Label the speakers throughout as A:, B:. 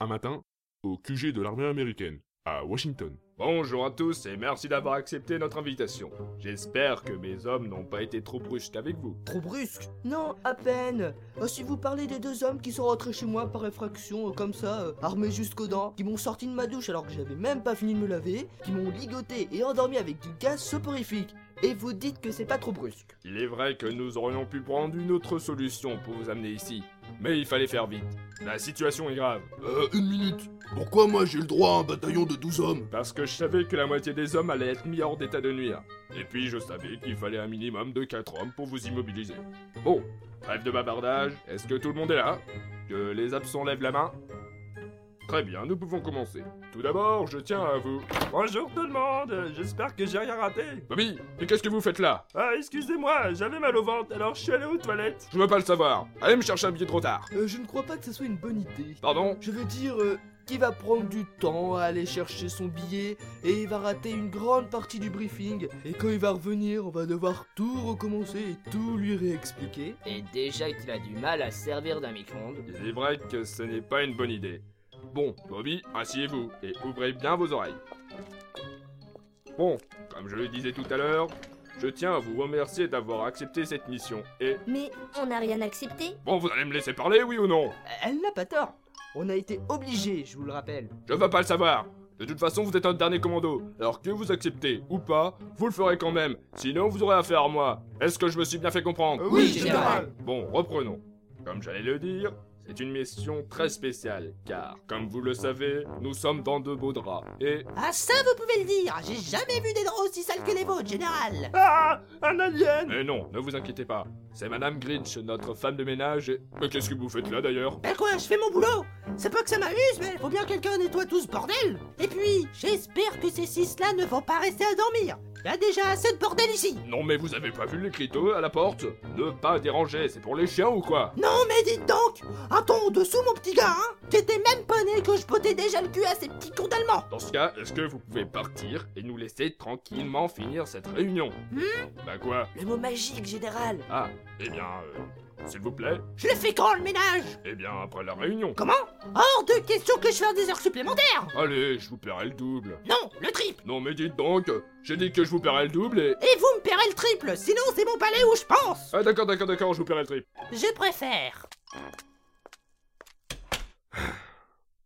A: un matin, au QG de l'armée américaine, à Washington.
B: Bonjour à tous et merci d'avoir accepté notre invitation. J'espère que mes hommes n'ont pas été trop brusques avec vous.
C: Trop brusque Non, à peine. Euh, si vous parlez des deux hommes qui sont rentrés chez moi par effraction, euh, comme ça, euh, armés jusqu'aux dents, qui m'ont sorti de ma douche alors que j'avais même pas fini de me laver, qui m'ont ligoté et endormi avec du gaz soporifique. Et vous dites que c'est pas trop brusque.
B: Il est vrai que nous aurions pu prendre une autre solution pour vous amener ici, mais il fallait faire vite. La situation est grave,
D: Euh, une minute. Pourquoi moi j'ai le droit à un bataillon de 12 hommes
B: parce que je savais que la moitié des hommes allaient être mis hors d'état de nuire. Et puis je savais qu'il fallait un minimum de 4 hommes pour vous immobiliser. Bon, bref de bavardage, est-ce que tout le monde est là Que les absents lèvent la main Très bien, nous pouvons commencer. Tout d'abord, je tiens à vous...
E: Bonjour tout le monde, j'espère que j'ai rien raté.
B: Bobby, mais qu'est-ce que vous faites là
E: Ah, excusez-moi, j'avais mal au ventre, alors je suis allé aux toilettes.
B: Je veux pas le savoir. Allez me chercher un billet trop tard.
C: Euh, je ne crois pas que ce soit une bonne idée.
B: Pardon
C: Je veux dire, euh, qui va prendre du temps à aller chercher son billet et il va rater une grande partie du briefing. Et quand il va revenir, on va devoir tout recommencer et tout lui réexpliquer.
F: Et déjà qu'il a du mal à servir d'un micro-ondes.
B: Il est vrai que ce n'est pas une bonne idée. Bon, Bobby, asseyez-vous et ouvrez bien vos oreilles. Bon, comme je le disais tout à l'heure, je tiens à vous remercier d'avoir accepté cette mission. Et
G: Mais on n'a rien accepté.
B: bon, vous allez me laisser parler, oui ou non
C: Elle n'a pas tort. On a été obligés, je vous le rappelle.
B: Je veux pas le savoir. De toute façon, vous êtes un dernier commando. Alors que vous acceptez ou pas, vous le ferez quand même. Sinon, vous aurez affaire à moi. Est-ce que je me suis bien fait comprendre
D: Oui,
F: général.
B: Bon, reprenons. Comme j'allais le dire, c'est une mission très spéciale, car, comme vous le savez, nous sommes dans de beaux draps. Et
H: Ah ça vous pouvez le dire, j'ai jamais vu des draps aussi sales que les vôtres, général.
E: Ah, un alien
B: Mais non, ne vous inquiétez pas. C'est Madame Grinch, notre femme de ménage. Et... Mais qu'est-ce que vous faites là d'ailleurs
H: Ben quoi, je fais mon boulot C'est pas que ça m'amuse, mais faut bien que quelqu'un nettoie tout ce bordel Et puis, j'espère que ces six-là ne vont pas rester à dormir Il y a déjà assez de bordel ici
B: Non mais vous avez pas vu l'écriteau à la porte Ne pas déranger, c'est pour les chiens ou quoi
H: Non mais dites donc Attends, au-dessous mon petit gars, hein T'étais même pas né que je potais déjà le cul à ces petits cons d'allemands
B: Dans ce cas, est-ce que vous pouvez partir et nous laisser tranquillement finir cette réunion Bah quoi
H: Le mot magique, général
B: Ah, eh bien, euh, s'il vous plaît,
H: Je le fais quand le ménage
B: eh bien après la réunion.
H: Comment Hors de question que je fasse des heures supplémentaires
B: Allez, je vous paierai le double.
H: Non, le triple
B: Non mais dites donc, j'ai dit que je vous paierai le double et...
H: Et vous me paierez le triple, sinon c'est mon palais où je pense
B: Ah d'accord, d'accord, d'accord, je vous paierai le trip.
H: Je préfère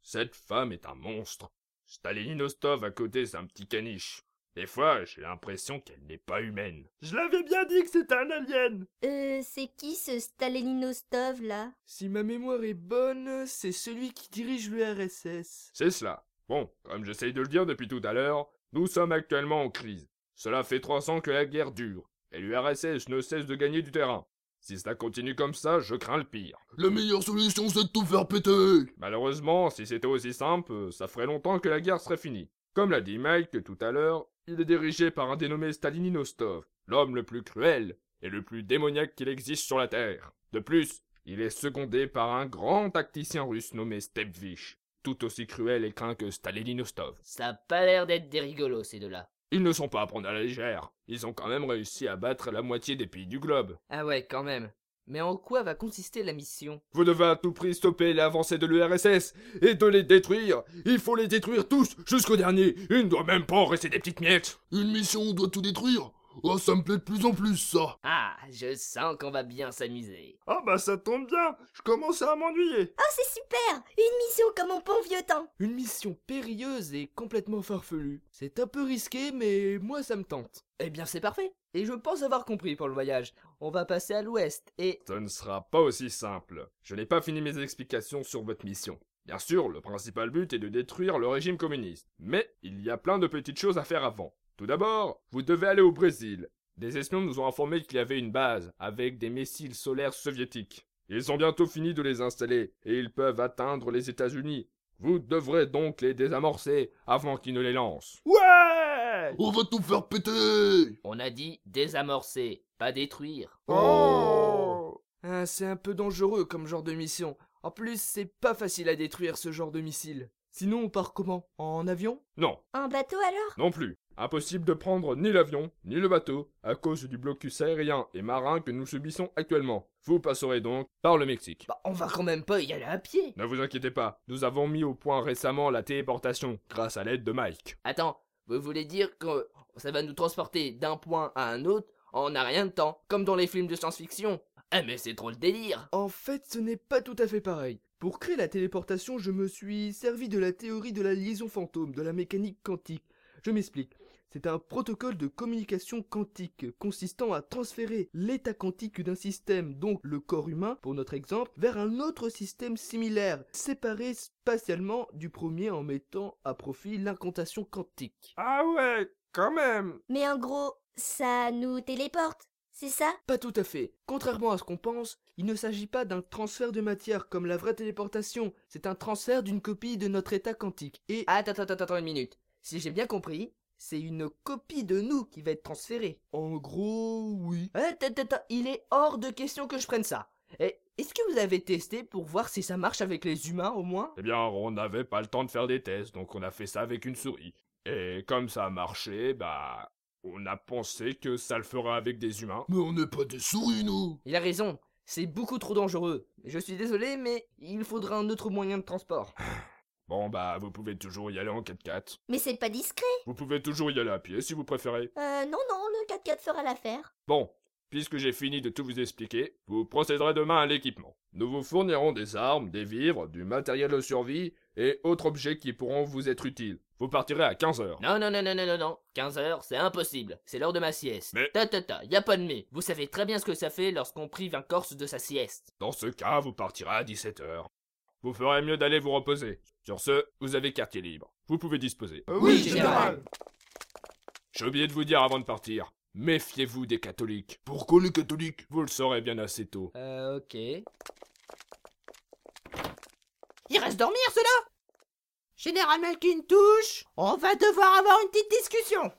B: Cette femme est un monstre. Stalininostov à côté, c'est un petit caniche. Des fois, j'ai l'impression qu'elle n'est pas humaine.
E: Je l'avais bien dit que c'était un alien.
G: Euh, c'est qui ce Stalininostov là
C: Si ma mémoire est bonne, c'est celui qui dirige l'URSS.
B: C'est cela. Bon, comme j'essaye de le dire depuis tout à l'heure, nous sommes actuellement en crise. Cela fait 300 que la guerre dure, et l'URSS ne cesse de gagner du terrain. Si cela continue comme ça, je crains le pire.
D: La meilleure solution c'est de tout faire péter
B: Malheureusement, si c'était aussi simple, euh, ça ferait longtemps que la guerre serait finie. Comme l'a dit Mike tout à l'heure, il est dirigé par un dénommé Stalininostov, l'homme le plus cruel et le plus démoniaque qu'il existe sur la Terre. De plus, il est secondé par un grand tacticien russe nommé Stepvich, tout aussi cruel et craint que Stalininostov.
F: Ça a pas l'air d'être des rigolos, ces deux-là.
B: Ils ne sont pas à prendre à la légère. Ils ont quand même réussi à battre la moitié des pays du globe.
F: Ah ouais, quand même. Mais en quoi va consister la mission
B: Vous devez à tout prix stopper l'avancée de l'URSS et de les détruire. Il faut les détruire tous, jusqu'au dernier. Il ne doit même pas en rester des petites miettes.
D: Une mission où on doit tout détruire Oh, ça me plaît de plus en plus, ça
F: Ah, je sens qu'on va bien s'amuser.
E: Ah bah ça tombe bien, je commençais à m'ennuyer.
G: Oh, c'est super Une mission comme en bon vieux temps
C: Une mission périlleuse et complètement farfelue. C'est un peu risqué, mais moi ça me tente.
F: Eh bien, c'est parfait. Et je pense avoir compris pour le voyage. On va passer à l'ouest et...
B: Ce ne sera pas aussi simple. Je n'ai pas fini mes explications sur votre mission. Bien sûr, le principal but est de détruire le régime communiste. Mais il y a plein de petites choses à faire avant. Tout d'abord, vous devez aller au Brésil. Des espions nous ont informé qu'il y avait une base avec des missiles solaires soviétiques. Ils ont bientôt fini de les installer et ils peuvent atteindre les États-Unis. Vous devrez donc les désamorcer avant qu'ils ne les lancent.
E: Ouais
D: On va tout faire péter
F: On a dit désamorcer, pas détruire.
E: Oh
C: Ah, c'est un peu dangereux comme genre de mission. En plus, c'est pas facile à détruire ce genre de missile. Sinon, on part comment En avion
B: Non,
G: En bateau alors
B: non plus. Impossible de prendre ni l'avion, ni le bateau, à cause du blocus aérien et marin que nous subissons actuellement. Vous passerez donc par le Mexique.
F: Bah, on va quand même pas y aller à pied.
B: Ne vous inquiétez pas, nous avons mis au point récemment la téléportation, grâce à l'aide de Mike.
F: Attends, vous voulez dire que ça va nous transporter d'un point à un autre en un rien de temps, comme dans les films de science-fiction Eh mais c'est trop le délire
I: En fait, ce n'est pas tout à fait pareil. Pour créer la téléportation, je me suis servi de la théorie de la liaison fantôme, de la mécanique quantique. Je m'explique. C'est un protocole de communication quantique consistant à transférer l'état quantique d'un système, donc le corps humain pour notre exemple, vers un autre système similaire, séparé spatialement du premier en mettant à profit l'incantation quantique.
B: Ah ouais, quand même
G: Mais en gros, ça nous téléporte, c'est ça
I: Pas tout à fait. Contrairement à ce qu'on pense, il ne s'agit pas d'un transfert de matière comme la vraie téléportation, c'est un transfert d'une copie de notre état quantique. Et
F: Attends, attends, attends, attends une minute. Si j'ai bien compris, c'est une copie de nous qui va être transférée.
I: en gros, oui.
F: Eh, ta, ta, ta, il est hors de question que je prenne ça. Eh, Est-ce que vous avez testé pour voir si ça marche avec les humains au moins
B: Eh bien, on n'avait pas le temps de faire des tests, donc on a fait ça avec une souris. Et comme ça a marché, bah... On a pensé que ça le fera avec des humains.
D: Mais on n'est pas des souris, nous
F: Il a raison, c'est beaucoup trop dangereux. Je suis désolé, mais il faudra un autre moyen de transport.
B: Bon bah, vous pouvez toujours y aller en 4x4.
G: Mais c'est pas discret.
B: Vous pouvez toujours y aller à pied si vous préférez.
G: Euh, non, non, le 4x4 fera l'affaire.
B: Bon, puisque j'ai fini de tout vous expliquer, vous procéderez demain à l'équipement. Nous vous fournirons des armes, des vivres, du matériel de survie et autres objets qui pourront vous être utiles. Vous partirez à 15h.
F: Non, non, non, non, non, non, non. 15 heures, c'est impossible. C'est l'heure de ma sieste.
B: Mais-
F: Ta, ta, ta, y a pas de mais. Vous savez très bien ce que ça fait lorsqu'on prive un Corse de sa sieste.
B: Dans ce cas, vous partirez à 17h. Vous ferez mieux d'aller vous reposer. Sur ce, vous avez quartier libre. Vous pouvez disposer.
D: Ah
E: Oui,
F: général.
B: J'ai oublié de vous dire avant de partir. Méfiez-vous des catholiques.
D: Pourquoi les catholiques
B: Vous le saurez bien assez tôt.
F: Euh, ok.
H: Il reste dormir, cela Général Malkin touche On va devoir avoir une petite discussion